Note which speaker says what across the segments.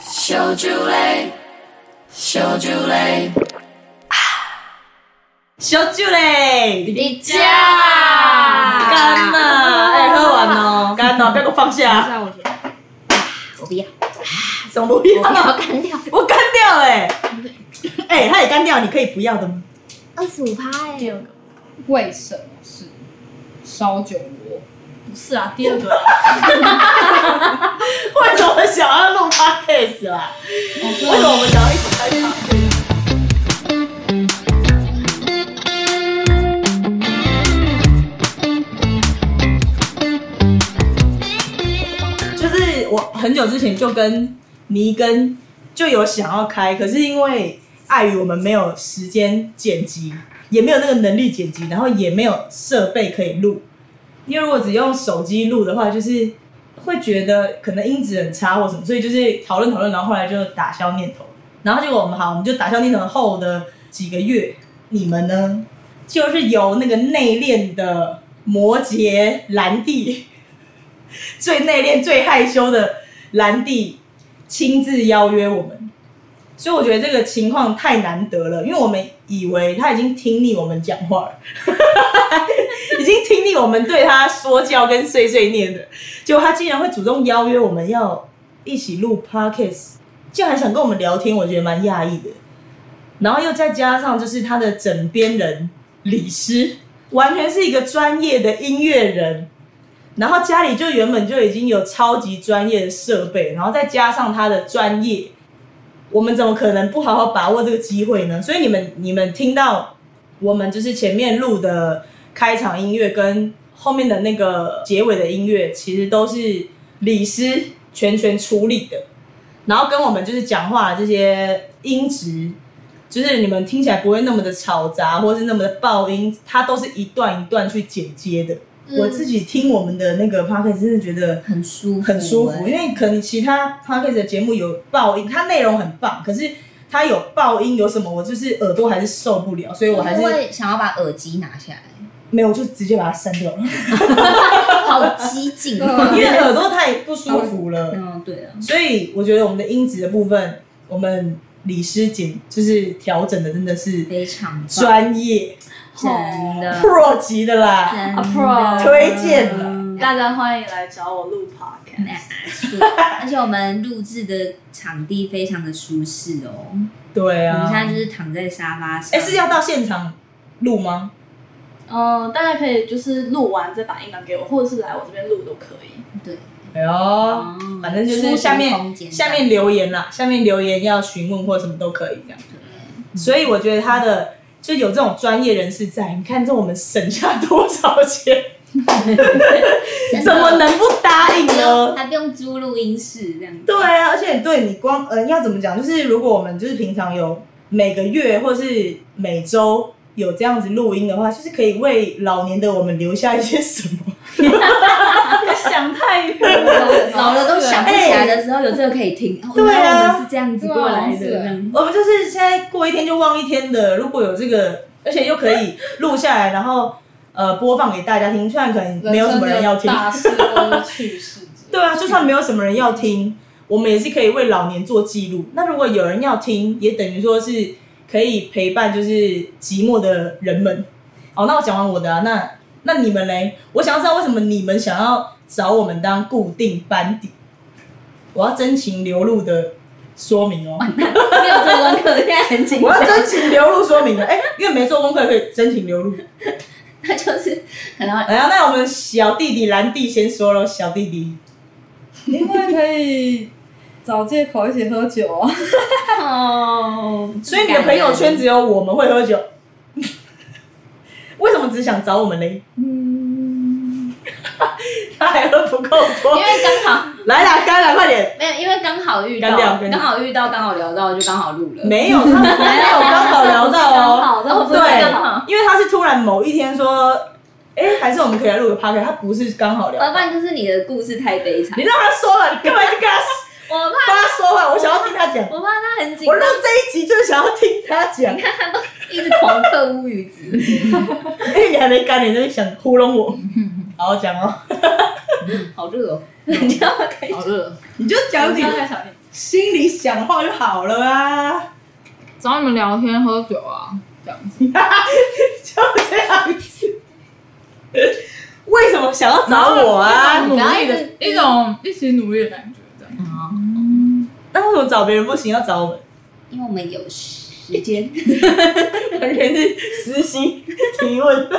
Speaker 1: 小酒类，小酒类，
Speaker 2: 小酒嘞，
Speaker 1: 你
Speaker 3: 家
Speaker 2: 干了，哎、喝完哦，干了，不要给我放下，
Speaker 3: 让我觉得，我不要，
Speaker 2: 什么不要
Speaker 3: 我？要干掉
Speaker 2: 我干掉 哎、哎、他也干掉，你可以不要的吗？
Speaker 3: 二十五趴哎，
Speaker 4: 为什么是烧酒窝？
Speaker 1: 不是啊，第二 个
Speaker 2: 为什么想要录 podcast 啦？为什么我们想要一起开场？就是我很久之前就跟尼根就有想要开，可是因为碍于我们没有时间剪辑，也没有那个能力剪辑，然后也没有设备可以录。因为如果只用手机录的话，就是会觉得可能音质很差或什么，所以就是讨论讨论，然后后来就打消念头。然后结果我们好，我们就打消念头后的几个月，你们呢，就是由那个内敛的摩羯兰蒂， 最内敛、最害羞的兰蒂亲自邀约我们。所以我觉得这个情况太难得了，因为我们以为他已经听腻我们讲话了， 已经听腻我们对他说教跟碎碎念了，结果他竟然会主动邀约我们要一起录 podcast，竟然还想跟我们聊天，我觉得蛮讶异的。然后又再加上就是他的枕边人李师，完全是一个专业的音乐人，然后家里就原本就已经有超级专业的设备，然后再加上他的专业，我们怎么可能不好好把握这个机会呢？所以你们你们听到我们就是前面录的开场音乐跟后面的那个结尾的音乐，其实都是李师全权处理的，然后跟我们就是讲话的这些音质，就是你们听起来不会那么的吵杂或是那么的爆音，它都是一段一段去剪接的。我自己听我们的那个 p o d c a s t 真的觉得
Speaker 3: 嗯很舒服，欸
Speaker 2: 很舒服，因为可能其他 podcast 的节目有爆音，它内容很棒，可是它有爆音有什么，我就是耳朵还是受不了，所以我还是
Speaker 3: 会想要把耳机拿下 来，
Speaker 2: 没有，我就直接把它删掉
Speaker 3: 哦
Speaker 2: 了，
Speaker 3: 好激进。
Speaker 1: 嗯
Speaker 2: 因为耳朵太不舒服了。
Speaker 3: 嗯，对啊，
Speaker 2: 所以我觉得我们的音质的部分，我们李师姐就是调整的真的是
Speaker 3: 非常棒，
Speaker 2: 专业
Speaker 3: 真的，
Speaker 2: pro 级的啦，
Speaker 3: 真
Speaker 1: Pro
Speaker 3: 的，
Speaker 2: 推荐了。
Speaker 1: 大家欢迎来找我录 podcast。
Speaker 3: 没错而且我们录制的场地非常的舒适哦，
Speaker 2: 对
Speaker 3: 我们
Speaker 2: 啊
Speaker 3: 现，在就是躺在沙发上，
Speaker 2: 哎，是要到现场录吗？
Speaker 1: 嗯，大家可以就是录完再把音档给我，或者是来我这边录都可以。
Speaker 3: 对，
Speaker 2: 哎呦。反正就是下
Speaker 3: 舒服空
Speaker 2: 面
Speaker 3: 间
Speaker 2: 下面留言啦，下面留言要询问或什么都可以这样。所以我觉得他的就有这种专业人士在，你看这我们省下多少钱，
Speaker 3: 真的
Speaker 2: 怎么能不答应
Speaker 3: 不用
Speaker 2: 呢？
Speaker 3: 还不用租录音室这样子，
Speaker 2: 对啊，而且对你光呃要怎么讲，就是如果我们就是平常有每个月或是每周有这样子录音的话，就是可以为老年的我们留下一些什么。
Speaker 1: 啊想太远了，
Speaker 3: 老了都想不起来的时候，有这个可以听。哦，
Speaker 2: 对啊
Speaker 3: 原来我们是这样子过来的，
Speaker 4: 对啊
Speaker 3: 这样
Speaker 2: 我们就是现在过一天就忘一天的，如果有这个，而且又可以录下来，然后呃播放给大家听，虽然可能没有什么人要听，
Speaker 4: 大事或是趣事之类
Speaker 2: 对啊，就算没有什么人要听，我们也是可以为老年做记录。那如果有人要听，也等于说是可以陪伴就是寂寞的人们。好，那我讲完我的啊，那那你们嘞？我想要知道为什么你们想要找我们当固定班底？我要真情流露的说明哦。
Speaker 3: 没有做功课，现在很紧
Speaker 2: 我要
Speaker 3: 张。
Speaker 2: 真情流露说明了，哎、因为没做功课可以真情流露。
Speaker 3: 那就是可能
Speaker 2: 然后那我们小弟弟兰弟先说了，小弟弟，
Speaker 4: 的，因为可以找借口一起喝酒啊。
Speaker 3: 哦，
Speaker 2: 所以你的朋友圈只有我们会喝酒， 为什么只想找我们嘞？
Speaker 4: 嗯，
Speaker 2: 他还喝不够
Speaker 3: 因
Speaker 2: 多，
Speaker 3: 为刚好
Speaker 2: 来啦，干啦，快点！
Speaker 3: 没有，因为刚好遇
Speaker 2: 干掉
Speaker 3: 到，
Speaker 2: 干掉
Speaker 3: 刚好遇到，刚好聊到，就刚好录了。
Speaker 2: 没有， 他们没有刚好聊到哦，
Speaker 3: 好，然后刚好，
Speaker 2: 对，因为他是突然某一天说，哎、还是我们可以来录个 p a r t 他不是刚好聊
Speaker 3: 要不。然就是你的故事太悲惨
Speaker 2: 你。让他说了，你干嘛一直跟他
Speaker 3: 我怕，
Speaker 2: 帮他说完？我想要听他讲。
Speaker 3: 我怕他很紧
Speaker 2: 我录
Speaker 3: 张，
Speaker 2: 这一集就是想要听他讲，
Speaker 3: 一直狂嗑乌鱼子。
Speaker 2: 因 为你还没干，你就想糊弄我。好好讲哦，
Speaker 3: 好热哦，你知道吗？可以
Speaker 4: 好热，
Speaker 2: 你就
Speaker 1: 想
Speaker 2: 讲
Speaker 1: 不
Speaker 2: 你
Speaker 1: 想太想念。
Speaker 2: 心里想话就好了啊，
Speaker 5: 找你们聊天喝酒啊，这样子。
Speaker 2: 就这样子。为什么想要找我啊
Speaker 5: 一？种努力
Speaker 3: 不要一
Speaker 5: 的
Speaker 3: 直
Speaker 5: 一种一起努力的感觉，这
Speaker 1: 嗯
Speaker 5: 样。
Speaker 2: 那为什么找别人不行，要找我们？
Speaker 3: 因为我们有时间。
Speaker 2: 完全是私心提问。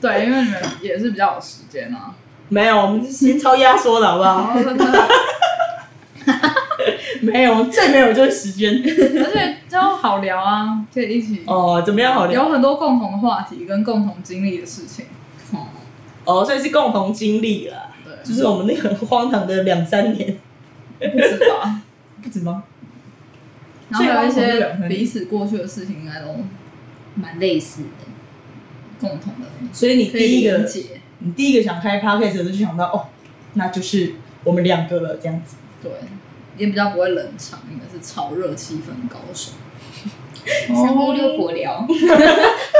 Speaker 5: 对，因为你们也是比较有时间啊。哦
Speaker 2: 没有，我们是时间超压缩的好不好？
Speaker 5: 真的，啊
Speaker 2: 没有，最没有就是时间。
Speaker 5: 而且就好聊啊，可以一起
Speaker 2: 哦，怎么样好聊？
Speaker 5: 有很多共同的话题跟共同经历的事情。
Speaker 2: 哦，所以是共同经历了，
Speaker 5: 对，
Speaker 2: 就是我们那个很荒唐的两三年，
Speaker 5: 不知 道。
Speaker 2: 不止吗？
Speaker 5: 然后还有一些彼此过去的事情，应该都
Speaker 3: 蛮类似的，
Speaker 5: 共同的，
Speaker 2: 所以你
Speaker 5: 可以
Speaker 2: 第一个
Speaker 5: 理，解。
Speaker 2: 你第一个想开 podcast 的时候就想到哦，那就是我们两个了这样子。
Speaker 5: 对，也比较不会冷场，你们是炒热气氛的高手。
Speaker 2: 哦
Speaker 3: 三姑六 婆聊，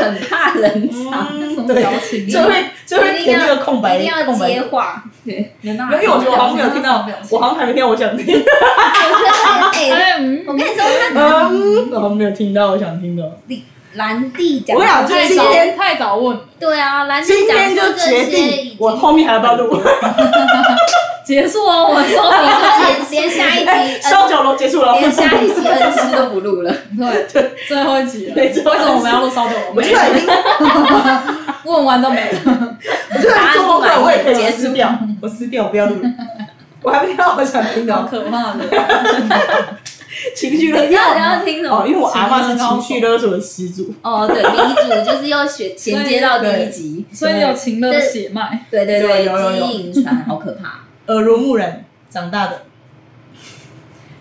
Speaker 3: 很怕冷场，
Speaker 2: 嗯，
Speaker 5: 从
Speaker 2: 对
Speaker 5: 表，情啊
Speaker 2: 就会就会
Speaker 3: 一定
Speaker 2: 填这
Speaker 3: 要
Speaker 2: 个空白
Speaker 3: 一定要啊
Speaker 2: 空白。
Speaker 3: 接话，对，没办
Speaker 2: 没
Speaker 3: 法。
Speaker 2: 有，因为我觉得我好像没有听到
Speaker 5: 表情，
Speaker 2: 我好像还没听到我想听。
Speaker 3: 哎，
Speaker 5: 哎，嗯
Speaker 3: 我跟你说，他
Speaker 2: 嗯， 我好像没有听到我想听的。
Speaker 3: 兰弟讲
Speaker 2: 我想
Speaker 3: 出
Speaker 2: 这
Speaker 5: 太
Speaker 2: 今
Speaker 3: 些，
Speaker 5: 早
Speaker 2: 天
Speaker 5: 太早问了，
Speaker 3: 对啊，兰弟
Speaker 2: 今
Speaker 3: 讲
Speaker 2: 天
Speaker 3: 出
Speaker 2: 就
Speaker 3: 这
Speaker 2: 决
Speaker 3: 些已
Speaker 2: 定
Speaker 3: 经，嗯
Speaker 2: 我后面还要不要录？
Speaker 5: 结束哦，我说
Speaker 3: 你说连连下一 集，
Speaker 2: 烧酒楼结束了
Speaker 3: 呃，连下一集恩师都不录了，
Speaker 5: 对，最后一集了。
Speaker 2: 对
Speaker 5: 为
Speaker 2: 最
Speaker 5: 什
Speaker 2: 后一集
Speaker 5: 么我们要录烧酒？我
Speaker 2: 我
Speaker 5: 们
Speaker 2: 这个已经
Speaker 5: 问完都没了。
Speaker 2: 我这个做功课我也可以
Speaker 3: 结束
Speaker 2: 撕掉，我撕掉，我不要 录。我还没听到我想听
Speaker 5: 好
Speaker 2: 的
Speaker 5: 可怕的，
Speaker 2: 情绪勒
Speaker 3: 你要你要听什
Speaker 2: 哦，
Speaker 3: 么？
Speaker 2: 因为我
Speaker 5: 啊
Speaker 2: 阿妈是情绪勒索的始祖。
Speaker 3: 哦，对，第一组就是要衔衔接到第一集，
Speaker 5: 所以你有情乐的血脉，
Speaker 3: 对对
Speaker 2: 对
Speaker 3: 对，
Speaker 2: 有有有
Speaker 3: 基因传好可怕，
Speaker 2: 耳濡目染长大的。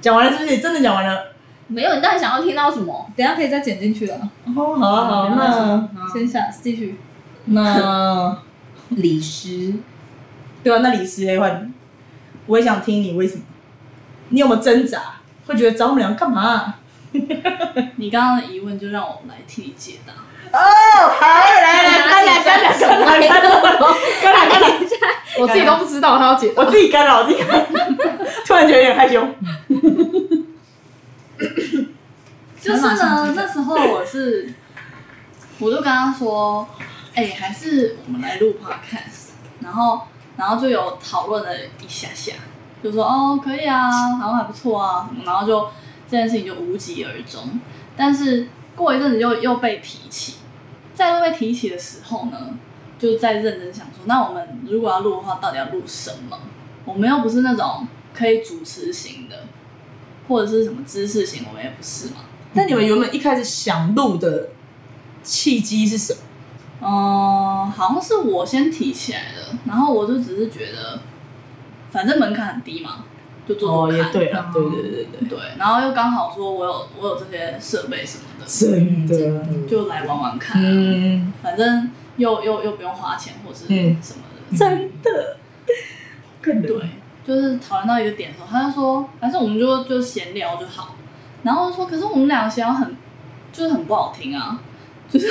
Speaker 2: 讲完了是不是？真的讲完了？
Speaker 3: 没有，你到底想要听到什么？
Speaker 5: 等一下可以再剪进去的。
Speaker 2: 哦，好啊，好啊，那
Speaker 3: 啊
Speaker 5: 啊先下继续。
Speaker 2: 那
Speaker 3: 李师，
Speaker 2: 对啊，那李思黑换你，我也想听你为什么？你有没有挣扎？会觉得找我们俩干嘛啊？
Speaker 1: 你刚刚的疑问就让我们来替你解答。
Speaker 2: 哦，好，来来，干来干来干来干来干来干来，
Speaker 5: 我自己都不知道他要解
Speaker 2: 我自己干了，我自己干了，突然觉得有点害羞。
Speaker 1: 就是
Speaker 5: 还蛮常
Speaker 1: 呢
Speaker 5: 见，的
Speaker 1: 那时候我是，我就跟他说，哎、还是我们来录 podcast，然后然后就有讨论了一下下，就说哦可以啊，好像还不错啊什么，然后就这件事情就无疾而终。但是过一阵子又又被提起，在又被提起的时候呢，就在认真想说，那我们如果要录的话，到底要录什么？我们又不是那种可以主持型的，或者是什么知识型，我们也不是嘛。
Speaker 2: 那你们原本一开始想录的契机是什么？
Speaker 1: 嗯，好像是我先提起来的，然后我就只是觉得，反正门槛很低嘛，就做做看。
Speaker 2: 啦
Speaker 5: 对
Speaker 2: 哦对啊对对，
Speaker 1: 对然后又刚好说我有我有这些设备什么的，
Speaker 2: 真的，
Speaker 1: 就来玩玩看啊、
Speaker 2: 嗯，
Speaker 1: 反正又又又不用花钱或是
Speaker 2: 嗯
Speaker 1: 什么的。
Speaker 2: 真的，更
Speaker 1: 对，就是讨论到一个点的时候，他就说，反正我们就就闲聊就好。然后我就说，可是我们俩闲聊很，就是很不好听啊，就是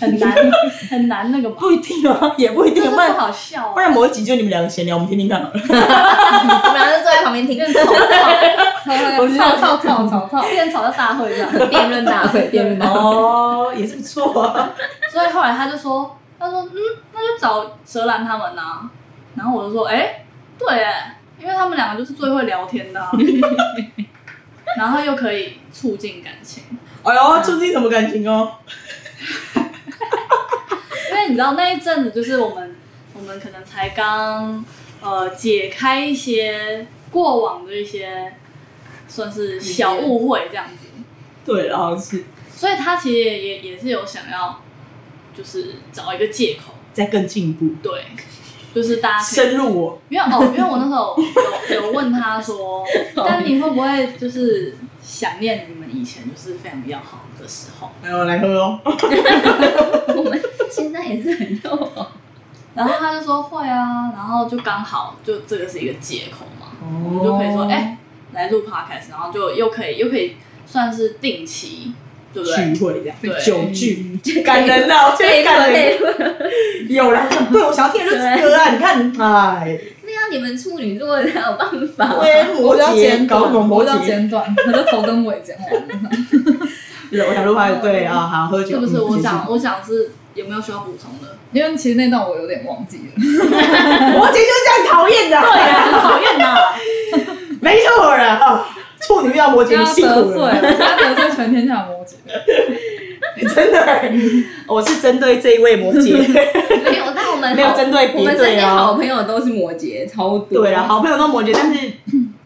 Speaker 1: 很难 很难那个嘛，
Speaker 2: 不一定啊，也不一
Speaker 1: 就
Speaker 2: 定，
Speaker 1: 是
Speaker 2: 不
Speaker 1: 不
Speaker 2: 然
Speaker 1: 好笑啊。
Speaker 2: 不然某一集就你们两个闲聊，我们听听看 好了。
Speaker 3: 我们俩就坐在旁边听，
Speaker 5: 我操操操操操！
Speaker 1: 变吵到大会这样。
Speaker 3: 辩论大会，辩论大会。
Speaker 2: 哦，也是不错啊。
Speaker 1: 所以后来他就说，他说嗯，那就找蛇兰他们呐、然后我就说，哎、对哎，因为他们两个就是最会聊天 的、啊，然后又可以促进感情，
Speaker 2: 哎呦，促进什么感情哦？
Speaker 1: 因为你知道那一阵子就是我们我们可能才刚呃解开一些过往的一些算是小误会这样子，
Speaker 2: 对了，好像是
Speaker 1: 所以他其实也也也是有想要就是找一个借口，
Speaker 2: 再更进一步，
Speaker 1: 对，就是大家可以
Speaker 2: 深入我。
Speaker 1: 因为哦，因为我那时候有有问 他说，但你会不会就是想念你们以前就是非常要好的时候？
Speaker 2: 哎呦，来喝哦。
Speaker 3: 我们现在也是很要好，
Speaker 1: 然后他就说会啊，然后就刚好就这个是一个借口嘛，我们就可以说哎、来录 podcast，然后就又可以又可以算是定期，对不对？
Speaker 2: 哦聚会这样，
Speaker 1: 对
Speaker 2: 酒聚，感人啊！我觉得感人。有啦，对我想要听的就是这个啊！你看，哎，
Speaker 3: 那要你们处女座的有办法。
Speaker 2: 微
Speaker 5: 我
Speaker 2: 摩
Speaker 5: 比较
Speaker 2: 羯
Speaker 5: 简
Speaker 2: 搞
Speaker 5: 短，
Speaker 2: 懂
Speaker 5: 我
Speaker 2: 摩
Speaker 5: 比较
Speaker 2: 羯，
Speaker 5: 简短，我就头跟尾讲完了。
Speaker 2: 我想说话对啊，好喝
Speaker 1: 是
Speaker 2: 酒
Speaker 1: 不是？
Speaker 2: 嗯
Speaker 1: 我
Speaker 2: 谢谢
Speaker 1: 想，我想是有没有需要补充的？
Speaker 5: 因为其实那段我有点忘记了。
Speaker 2: 摩羯就是这样讨厌的，对啊，讨厌的，没错了啊。处女遇到摩
Speaker 5: 不
Speaker 2: 羯，
Speaker 5: 要
Speaker 2: 你
Speaker 5: 得
Speaker 2: 辛
Speaker 5: 罪，
Speaker 2: 苦 了，
Speaker 5: 不要得罪全天下的摩羯。
Speaker 2: 真的。我是针对这一位摩 羯，
Speaker 3: 没有，但我们
Speaker 2: 没有针对
Speaker 3: 我
Speaker 2: 比
Speaker 3: 们身
Speaker 2: 对
Speaker 3: 边好
Speaker 2: 哦。
Speaker 3: 朋友都是摩羯，超多。
Speaker 2: 对啊，，好朋友都摩羯，但是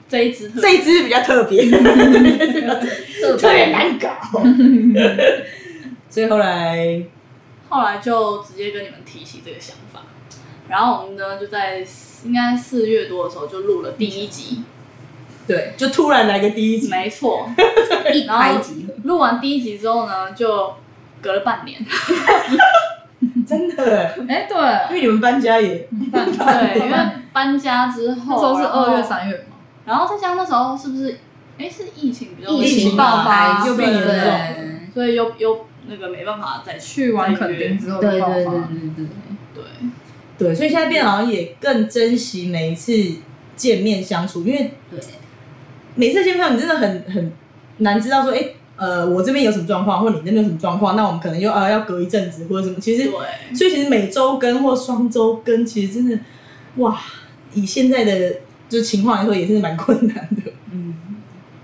Speaker 1: 这一支特
Speaker 2: 这一只比较特 别，
Speaker 3: 特
Speaker 2: 特别
Speaker 3: 别
Speaker 2: 难搞。 所以后来
Speaker 1: 后来就直接跟你们提起这个想法，然后我们呢就在应该四月多的时候就录了第一集，
Speaker 5: 对，
Speaker 2: 就突然来个第一集，
Speaker 1: 没错。
Speaker 3: 一
Speaker 1: 然后
Speaker 3: 拍即合。
Speaker 1: 录完第一集之后呢，就隔了半 年，
Speaker 2: 真的，
Speaker 5: 哎，对，
Speaker 2: 因为你们搬家也
Speaker 1: 对，因为搬家之
Speaker 5: 那
Speaker 1: 后，
Speaker 5: 时候是二
Speaker 1: 然
Speaker 5: 月、
Speaker 1: 后，
Speaker 5: 三月嘛。
Speaker 1: 然后再加上那时候是不是，哎，是疫情比较
Speaker 3: 疫情
Speaker 1: 爆发，
Speaker 3: 爆发
Speaker 2: 又变
Speaker 1: 对
Speaker 2: 严重，
Speaker 3: 对
Speaker 1: 所以又又那个没办法再去
Speaker 5: 去完
Speaker 1: 再约
Speaker 5: 垦丁之后
Speaker 3: 对
Speaker 5: 就爆
Speaker 3: 对对
Speaker 5: 发。
Speaker 3: 对对。
Speaker 1: 对，
Speaker 2: 对，所以现在变得好像也更珍惜每一次见面相处，因为
Speaker 3: 对
Speaker 2: 每次见面你真的很很难知道说，哎、呃，我这边有什么状况，或你那边有什么状况，那我们可能又呃要隔一阵子或者什么。其实，
Speaker 1: 对
Speaker 2: 所以其实每周更或双周更，其实真的哇，以现在的就情况来说，也是蛮困难的。
Speaker 3: 嗯，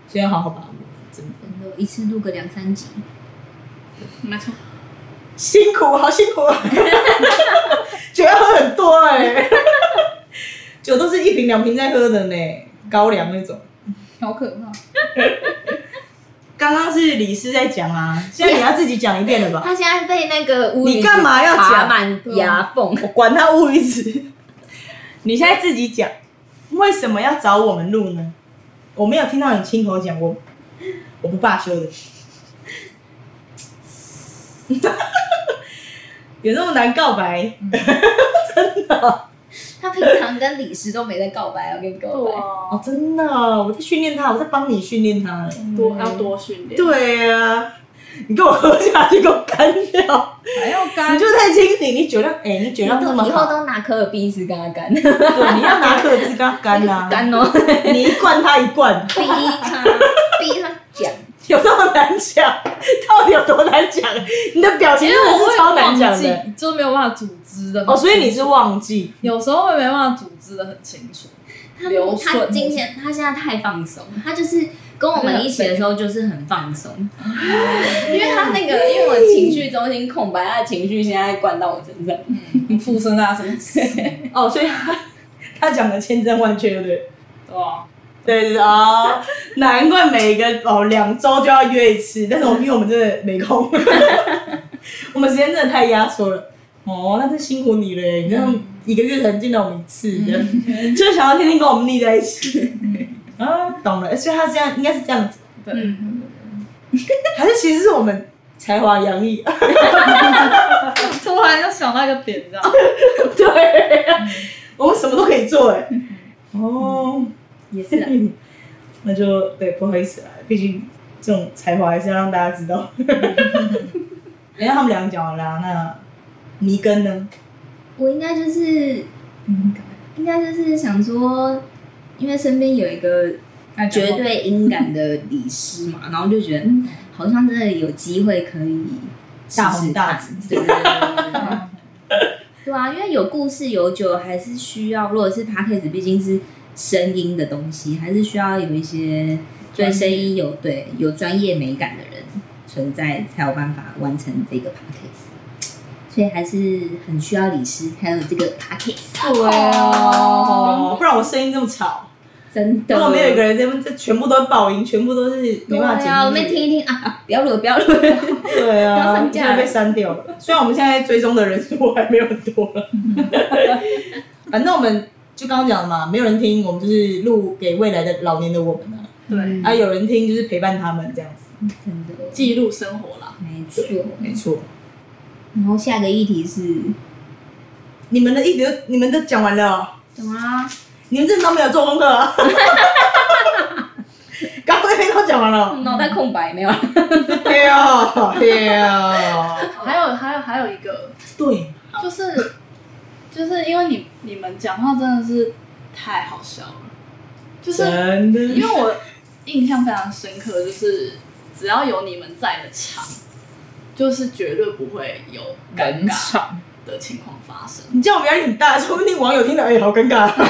Speaker 2: 所以要好好把握，真的
Speaker 3: 真的，一次录个两三集，
Speaker 1: 没错。
Speaker 2: 辛苦，好辛 苦，酒要喝很多哎、酒都是一瓶两瓶在喝的呢，高粱那种。
Speaker 5: 好可怕！
Speaker 2: 刚刚是李师在讲啊，现在你要自己讲一遍了吧？
Speaker 3: 他现在被那个乌
Speaker 2: 你干嘛要讲
Speaker 3: 爬满牙缝？
Speaker 2: 我管他乌鱼子，你现在自己讲，为什么要找我们录呢？我没有听到你亲口讲，我我不罢休的。 有那么难告白？
Speaker 3: 他平常跟李石都没在告白，我跟你告白。
Speaker 2: 哦，真的哦，我在训练他，我在帮你训练他。
Speaker 1: 多啊要多训练，
Speaker 2: 对啊，你跟我喝下去，给我干掉，
Speaker 5: 还哎要干
Speaker 2: 你就太清醒，你酒量，哎、你酒
Speaker 3: 以
Speaker 2: 量那么
Speaker 3: 后以后
Speaker 2: 好，
Speaker 3: 都拿可尔必斯跟他干，
Speaker 2: 对，你要拿克制跟他干啊，
Speaker 3: 干哦，
Speaker 2: 你一罐他一罐。
Speaker 3: 逼他，逼他讲。
Speaker 2: 有那么难讲？到底有多难讲？你的表情真的是超难讲
Speaker 5: 因为我会
Speaker 2: 的
Speaker 5: 忘记，就是没有办法组织的嘛
Speaker 2: 哦，所以你是忘记
Speaker 5: 有时候会没办法组织的很清楚。
Speaker 3: 他
Speaker 5: 流
Speaker 3: 他
Speaker 5: 顺
Speaker 3: 今天他现在太放松，他就是跟我们一起的时候就是很放松， 因为他那个因为我情绪中心空白，他的情绪现在灌到我身上。
Speaker 5: 嗯，附身在他身上，对
Speaker 2: 哦，所以他他讲的千真万确，对不对？
Speaker 5: 吧？
Speaker 2: 对对对哦，难怪每个哦两周就要约一次，但是我因为我们真的没空， 我们时间真的太压缩了。哦，那真辛苦你了，你这样一个月才见到我们一次，这样、 就是想要天天跟我们腻在一起。啊，懂了，所以他这样应该是这样子，
Speaker 5: 对，
Speaker 2: 还是其实是我们才华洋溢。
Speaker 5: 突然就想到一个点，这样。
Speaker 2: 对、我们什么都可以做哎、哦，
Speaker 3: 也是啊，
Speaker 2: 那就对，不好意思啦，啊毕竟这种才华还是要让大家知道。 哎、他们两个讲完啦，那尼根呢？
Speaker 3: 我应该就是
Speaker 2: 嗯
Speaker 3: 应该就是想说，因为身边有一个
Speaker 5: 哎
Speaker 3: 绝对音感的理师嘛， 然后就觉得嗯，好像真的有机会可以试试
Speaker 2: 大红大
Speaker 3: 看
Speaker 2: 紫
Speaker 3: 对对对对对对对啊，因为有故事有酒，还是需要，如果是 p a c k a g e 毕竟是声音的东西，还是需要有一些对声音有对有专业美感的人存在，才有办法完成这个 p a c k a g e 所以还是很需要理师才有这个 p a c k a g e
Speaker 2: 对哦，不然我声音这么吵，
Speaker 3: 真的。
Speaker 2: 如果没有一个人在那边，这全部都是爆音，全部都是没
Speaker 3: 对
Speaker 2: 办法
Speaker 3: 啊，我
Speaker 2: 剪进
Speaker 3: 们
Speaker 2: 去。
Speaker 3: 听一听啊啊，不要录了，不要录了。
Speaker 2: 对
Speaker 3: 不要
Speaker 2: 啊，
Speaker 3: 上
Speaker 2: 现
Speaker 3: 架
Speaker 2: 在被删掉了。虽然我们现在追踪的人数还没有很多 了，反正我们就刚刚讲了嘛，没有人听，我们就是录给未来的老年的我们啊。
Speaker 1: 对，
Speaker 2: 啊，有人听就是陪伴他们这样子。
Speaker 3: 真的，
Speaker 1: 记录生活啦。
Speaker 3: 没错。
Speaker 2: 没错，
Speaker 3: 然后下个议题是
Speaker 2: 你们的一直你们都讲完了哦，
Speaker 3: 什么啊？
Speaker 2: 你们真的都没有做功课、 啊。刚刚那边都讲完了，
Speaker 3: 脑袋空白没有？
Speaker 2: 对啊，对啊，
Speaker 5: 嗯
Speaker 1: 还有还有还有一个
Speaker 2: 对，
Speaker 1: 就是就是因为你你们讲话真的是太好笑了，就是
Speaker 2: 真的，
Speaker 1: 因为我印象非常深刻，就是只要有你们在的场，就是绝对不会有尴
Speaker 5: 冷
Speaker 1: 尬
Speaker 5: 场，
Speaker 1: 的情况发生。
Speaker 2: 你叫我们压力很大，说不定网友听到，哎、好尴尬。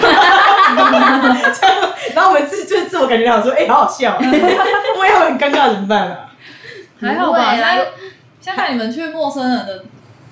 Speaker 2: 这样然后我们自就是自我感觉良好，说，哎、好好 笑。我也很尴尬，怎么办啊？
Speaker 5: 还好吧？
Speaker 3: 不会啦
Speaker 5: 那现在你们去陌生人的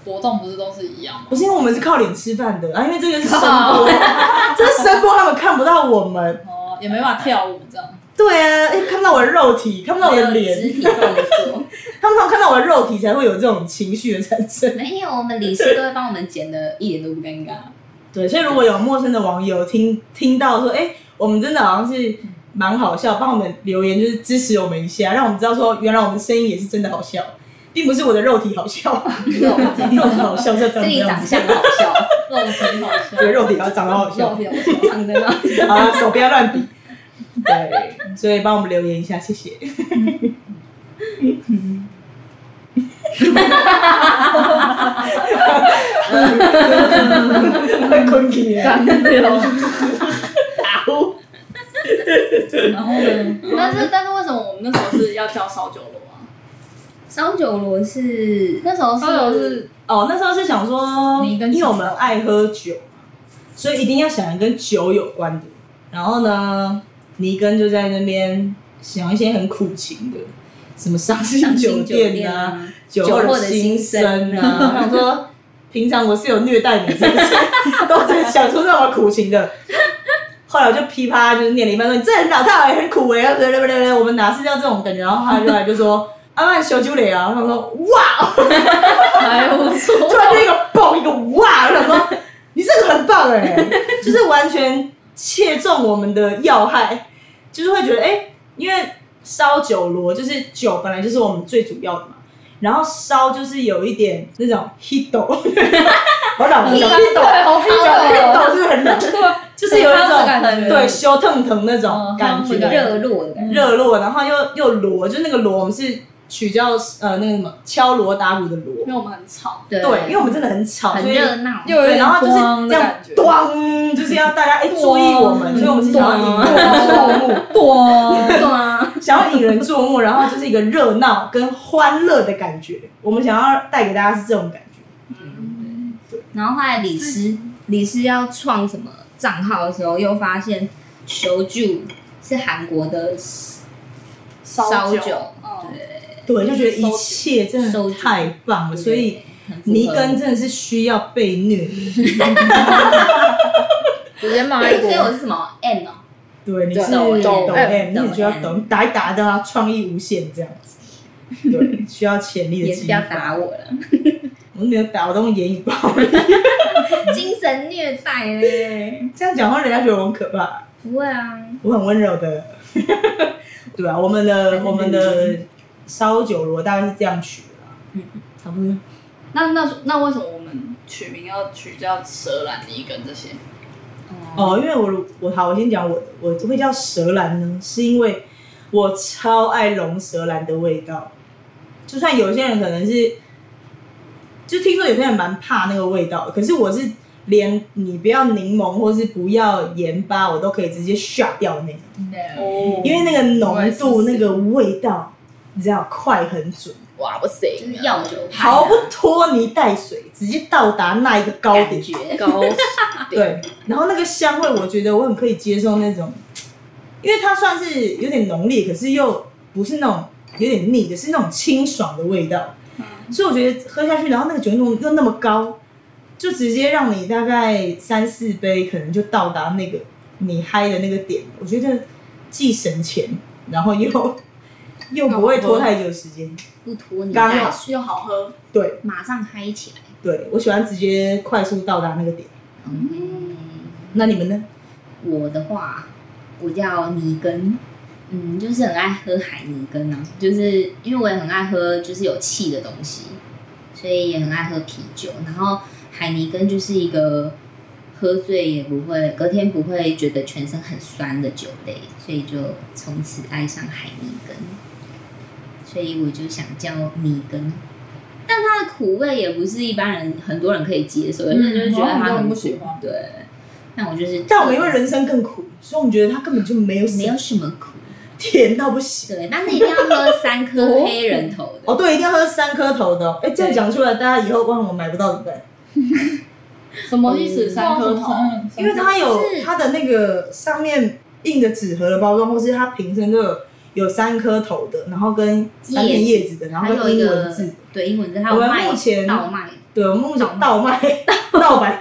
Speaker 5: 活动不是都是一样吗？
Speaker 2: 不是因为我们是靠脸吃饭的啊，因为这个是声波， 这是声波，他们看不到我们。
Speaker 5: 哦，也没办法跳舞这样。
Speaker 2: 对啊，哎、看不到我的肉体，看不到我
Speaker 3: 没
Speaker 2: 的
Speaker 3: 有肢
Speaker 2: 脸，
Speaker 3: 体动作，
Speaker 2: 他们通常看到我的肉体才会有这种情绪的产生。
Speaker 3: 没有，我们理事都会帮我们剪的，一点都不尴尬。
Speaker 2: 对，所以如果有陌生的网友听听到说，哎、我们真的好像是蛮好笑，帮我们留言就是支持我们一下，让我们知道说，原来我们声音也是真的好笑，并不是我的肉体好笑，
Speaker 3: 肉
Speaker 2: 肉体好笑是
Speaker 3: 是
Speaker 2: 长
Speaker 3: 你
Speaker 2: 这
Speaker 3: 长
Speaker 2: 样子，
Speaker 3: 相好笑，
Speaker 5: 肉体好笑，
Speaker 2: 对，肉体好长得好
Speaker 5: 肉
Speaker 2: 笑，
Speaker 5: 体好笑。
Speaker 3: 长得吗？
Speaker 2: 啊，手不要乱比。对，所以帮我们留言一下，谢谢。会困起啊！
Speaker 5: 然后呢？
Speaker 1: 但是但是为什么我们那时候是要叫烧酒楼啊？
Speaker 3: 烧酒螺是
Speaker 1: 那时候
Speaker 5: 烧酒是
Speaker 2: 哦，那时候是想说，
Speaker 5: 你跟
Speaker 2: 因为我们爱喝酒嘛，所以一定要想跟酒有关的。然后呢，尼根就在那边想一些很苦情的，什么伤心
Speaker 3: 伤
Speaker 2: 酒
Speaker 3: 心
Speaker 2: 店啊，
Speaker 3: 啊，
Speaker 2: 酒
Speaker 3: 后
Speaker 2: 后
Speaker 3: 的
Speaker 2: 的
Speaker 3: 心
Speaker 2: 心
Speaker 3: 声
Speaker 2: 声
Speaker 3: 啊
Speaker 2: 啊。 我想说，平常我是有虐待你，是不是？都在想出那么苦情的。 后来我就噼啪就是念了一半说，你这很老套、欸，很苦哎、欸，不不不不，我们哪是要这种感觉？然后他就来就说，阿曼小酒磊啊，他说哇，哦
Speaker 5: 还不 错，
Speaker 2: 突然就一个蹦一个哇，我想说你这个很棒哎、就是完全切中我们的要害，就是会觉得哎、因为烧酒螺就是酒本来就是我们最主要的嘛，然后烧就是有一点那种 hit 我老了讲 hit
Speaker 5: 对，好听哦，
Speaker 2: hit 是不是很冷，就是有一
Speaker 5: 很夯
Speaker 2: 种
Speaker 5: 的感觉
Speaker 2: 对羞腾腾那种
Speaker 5: 嗯
Speaker 2: 感
Speaker 5: 夯
Speaker 2: 觉，
Speaker 5: 的感觉
Speaker 3: 热络的感觉。
Speaker 2: 热络，然后又又锣，就是那个锣我们是取叫呃那个什么敲锣打鼓的锣
Speaker 1: 因，为我们很吵，
Speaker 2: 对，因为我们真的很吵，
Speaker 3: 很
Speaker 2: 所以
Speaker 3: 热闹，
Speaker 5: 又有
Speaker 2: 对，
Speaker 5: 点
Speaker 2: 然后就是这
Speaker 5: 咣的
Speaker 2: 样
Speaker 5: 感觉，
Speaker 2: 咣，就是要大家哎、注意我们，所以我们是想要引人注目，
Speaker 5: 咣，
Speaker 3: 对啊，
Speaker 2: 想要引人注目，然后就是一个热闹跟欢乐的感觉，我们想要带给大家是这种感觉。
Speaker 3: 然后后来李师李师要创什么账号的时候，又发现烧酒是韩国的
Speaker 1: 烧
Speaker 3: 烧酒
Speaker 1: 嗯，
Speaker 2: 对，就觉得一切真的太棒了，所以尼根真的是需要被虐。
Speaker 5: 直接骂
Speaker 3: 对，所以我是什么 N 哦，
Speaker 2: 对，你是
Speaker 3: 懂
Speaker 2: 懂
Speaker 3: M，
Speaker 2: M，
Speaker 3: 懂
Speaker 2: 你也需要
Speaker 3: M
Speaker 2: 懂打一打的啊，创意无限这样子。对，需要潜 力的
Speaker 3: 也是
Speaker 2: 激
Speaker 3: 不要
Speaker 2: 发。
Speaker 3: 打我了，
Speaker 2: 我都没有打，我都用言语暴力。
Speaker 3: 精神虐待嘞，
Speaker 2: 这样讲话，人家觉得我很可怕。
Speaker 3: 不会啊，
Speaker 2: 我很温柔 的，对啊，我们的我们的烧酒螺大概是这样取的啦，嗯，差不多。
Speaker 1: 那那那为什么我们取名要取叫蛇兰尼根这些？
Speaker 2: 哦，因为我我好，我先讲我的，我会叫蛇兰呢，是因为我超爱龙舌兰的味道，就算有些人可能是，就听说有些人蛮怕那个味道的，可是我是连你不要柠檬或是不要盐巴，我都可以直接下掉的那种。
Speaker 1: 哦
Speaker 2: 因为那个
Speaker 5: 我也
Speaker 2: 浓
Speaker 5: 是
Speaker 2: 度、那个味道，你知道快很准，
Speaker 5: 哇塞，
Speaker 3: 就是药酒派啊
Speaker 2: 毫
Speaker 3: 的
Speaker 2: 不拖泥带水，直接到达那一个高
Speaker 3: 感
Speaker 2: 点。
Speaker 3: 觉，
Speaker 5: 高
Speaker 2: 对，然后那个香味，我觉得我很可以接受那种，因为它算是有点浓烈，可是又不是那种有点腻的，是那种清爽的味道。
Speaker 3: 嗯
Speaker 2: 所以我觉得喝下去，然后那个酒精浓度又那么高，就直接让你大概三四杯，可能就到达那个你嗨的那个点。我觉得既省钱，然后又又不会拖太久的时间。
Speaker 3: 不拖泥
Speaker 2: 刚
Speaker 3: 带
Speaker 2: 好
Speaker 3: 水，
Speaker 1: 又好 喝，
Speaker 2: 对
Speaker 3: 马上嗨起来。
Speaker 2: 对，我喜欢直接快速到达那个点。
Speaker 3: 嗯，
Speaker 2: 那你们呢？
Speaker 3: 我的话，我叫尼根，嗯，就是很爱喝海尼根啊，就是因为我也很爱喝就是有气的东西，所以也很爱喝啤酒。然后海尼根就是一个喝醉也不会，隔天不会觉得全身很酸的酒类，所以就从此爱上海尼根。所以我就想叫尼根，但它的苦味也不是一般人很多人可以接受，有些人就是觉得
Speaker 5: 嗯
Speaker 3: 它
Speaker 5: 很多人
Speaker 3: 很
Speaker 5: 不
Speaker 3: 苦
Speaker 5: 喜欢
Speaker 3: 对。但我就是，
Speaker 2: 但我们因为人生更苦，所以我们觉得它根本就没有
Speaker 3: 没
Speaker 2: 什
Speaker 3: 有
Speaker 2: 么
Speaker 3: 什么苦，
Speaker 2: 甜到不行。
Speaker 3: 对，但是一定要喝三颗黑人头的，
Speaker 2: 哦，对，一定要喝三颗头的、哦。哎，这样讲出来，大家以后忘了我买不到，对不对？
Speaker 3: 嗯
Speaker 1: 什么意思？三颗头？
Speaker 2: 因为它有
Speaker 3: 是
Speaker 2: 它的那个上面印的纸盒的包装，或是它瓶身都有有三颗头的，然后跟三片叶子的，然
Speaker 3: 还
Speaker 2: 后
Speaker 3: 有
Speaker 2: 跟
Speaker 3: 一
Speaker 2: 英文
Speaker 3: 个
Speaker 2: 字。
Speaker 3: 对英文字，还有
Speaker 2: 我们
Speaker 3: 麦
Speaker 2: 目前
Speaker 3: 倒麦，
Speaker 2: 对，我们目前倒卖盗版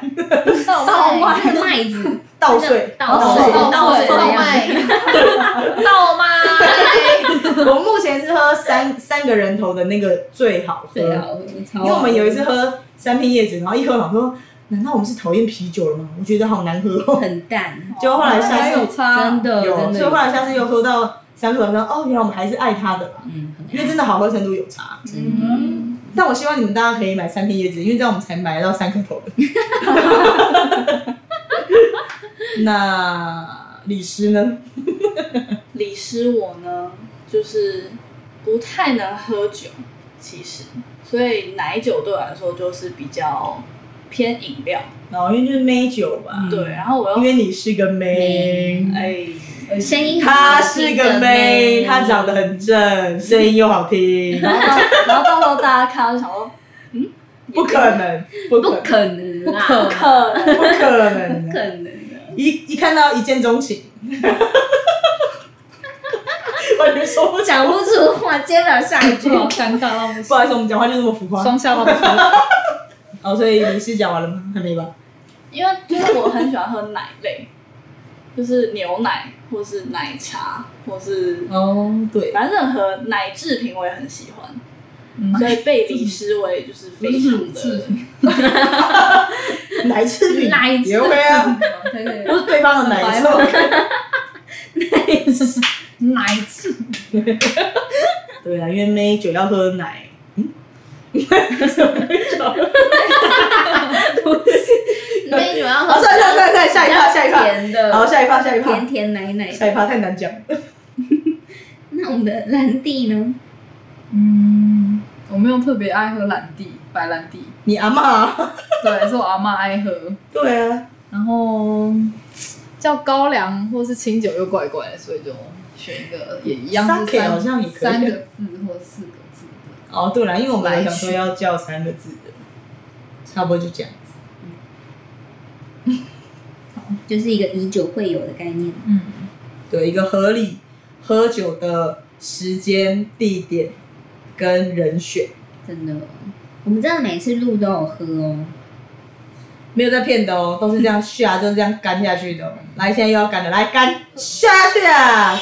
Speaker 4: 到
Speaker 3: 倒麦麦子，
Speaker 2: 盗税
Speaker 3: 倒
Speaker 2: 盗
Speaker 3: 水
Speaker 2: 税。
Speaker 3: 倒水
Speaker 5: 倒
Speaker 3: 的样子，
Speaker 5: 卖， 倒卖，
Speaker 2: 我们目前是喝三三个人头的那个最好喝，
Speaker 3: 最好喝，啊
Speaker 2: 因
Speaker 3: 超好
Speaker 2: 为我们有一次喝三片叶子，然后一喝想说，难道我们是讨厌啤酒了吗？我觉得好难喝 哦。
Speaker 3: 很淡，
Speaker 2: 结果后来
Speaker 1: 哦
Speaker 2: 下
Speaker 3: 哦
Speaker 4: 还有
Speaker 2: 次
Speaker 4: 差，
Speaker 3: 真的
Speaker 2: 有，
Speaker 3: 真
Speaker 2: 所以后
Speaker 3: 的，
Speaker 2: 来下次又喝到三个人头，哦，原来我们还是爱它的啦，
Speaker 3: 嗯，很
Speaker 2: 因为真的好喝程度有差。
Speaker 5: 嗯，
Speaker 2: 但我希望你们大家可以买三片叶子，因为这样我们才买得到三颗头的。 那李师呢？
Speaker 1: 李师我呢，就是不太能喝酒，其实，所以奶酒对我来说就是比较偏饮料。
Speaker 2: 哦，因为就是妹酒
Speaker 3: 嗯
Speaker 2: 吧，
Speaker 1: 对，然后我
Speaker 2: 因
Speaker 1: 又
Speaker 2: 为你是个妹。
Speaker 1: 哎，
Speaker 3: 声 音很
Speaker 2: 她
Speaker 3: 好
Speaker 2: 是
Speaker 3: 听
Speaker 2: 个
Speaker 3: 的
Speaker 2: 妹，
Speaker 3: 妹，
Speaker 2: 她长得很正，声音又好听，
Speaker 1: 然后到 然后到时候大家看到就想说，
Speaker 2: 不可能，不
Speaker 3: 不
Speaker 2: 可啊
Speaker 3: 可能啦，
Speaker 1: 不可能，
Speaker 2: 不可
Speaker 3: 不
Speaker 2: 能
Speaker 3: 可
Speaker 2: 的，
Speaker 3: 能的，
Speaker 2: 一一看到一见钟情，完全说不
Speaker 3: 讲
Speaker 2: 讲，
Speaker 3: 不出话，接不了下一句。
Speaker 4: 好尴尬到不
Speaker 2: 不
Speaker 4: 行，
Speaker 2: 好意思，我们讲话就这么浮夸。
Speaker 4: 双下巴不 行。
Speaker 2: 哦，所以你是讲完了吗？还没吧？
Speaker 1: 因为就是我很喜欢喝奶类，就是牛奶或是奶茶或是
Speaker 2: 哦， 对，
Speaker 1: 反正任何奶制品我也很喜欢。所以被李师我也就是非常的，
Speaker 2: 奶制品，
Speaker 3: 奶制
Speaker 2: 也 OK 啊，
Speaker 4: 可以可以
Speaker 2: 不是对方的奶就 OK。
Speaker 5: 奶制
Speaker 2: 对啊，因为妹酒要喝奶，
Speaker 3: 那你主要
Speaker 2: 好，
Speaker 3: 喝
Speaker 2: 算了算了算了，下一趴下一趴，
Speaker 3: 哦甜的，
Speaker 2: 好，下一趴下一趴
Speaker 3: 甜，甜奶奶。
Speaker 2: 下一趴太难讲了。
Speaker 3: 那我们的兰蒂呢？
Speaker 5: 嗯，我没有特别爱喝蓝地，白蓝地，
Speaker 2: 你阿妈，
Speaker 5: 对，是 我阿妈爱喝，
Speaker 2: 对啊，
Speaker 5: 然后叫高粱或是清酒又怪怪的，所以就选一个也一样是
Speaker 2: Sake
Speaker 5: 三
Speaker 2: 好像也可以
Speaker 5: 三个字或四个字的。
Speaker 2: 哦对了，因为我本来想说要叫三个字的，差不多就这样子。
Speaker 3: 就是一个以酒会友的概念。
Speaker 5: 嗯，
Speaker 2: 对，一个合理喝酒的时间、地点跟人选，
Speaker 3: 真的，我们真的每次录都有喝哦。
Speaker 2: 没有在骗的哦，都是这样下，就是这样干下去的哦、来，现在又要干了，来干下去啊！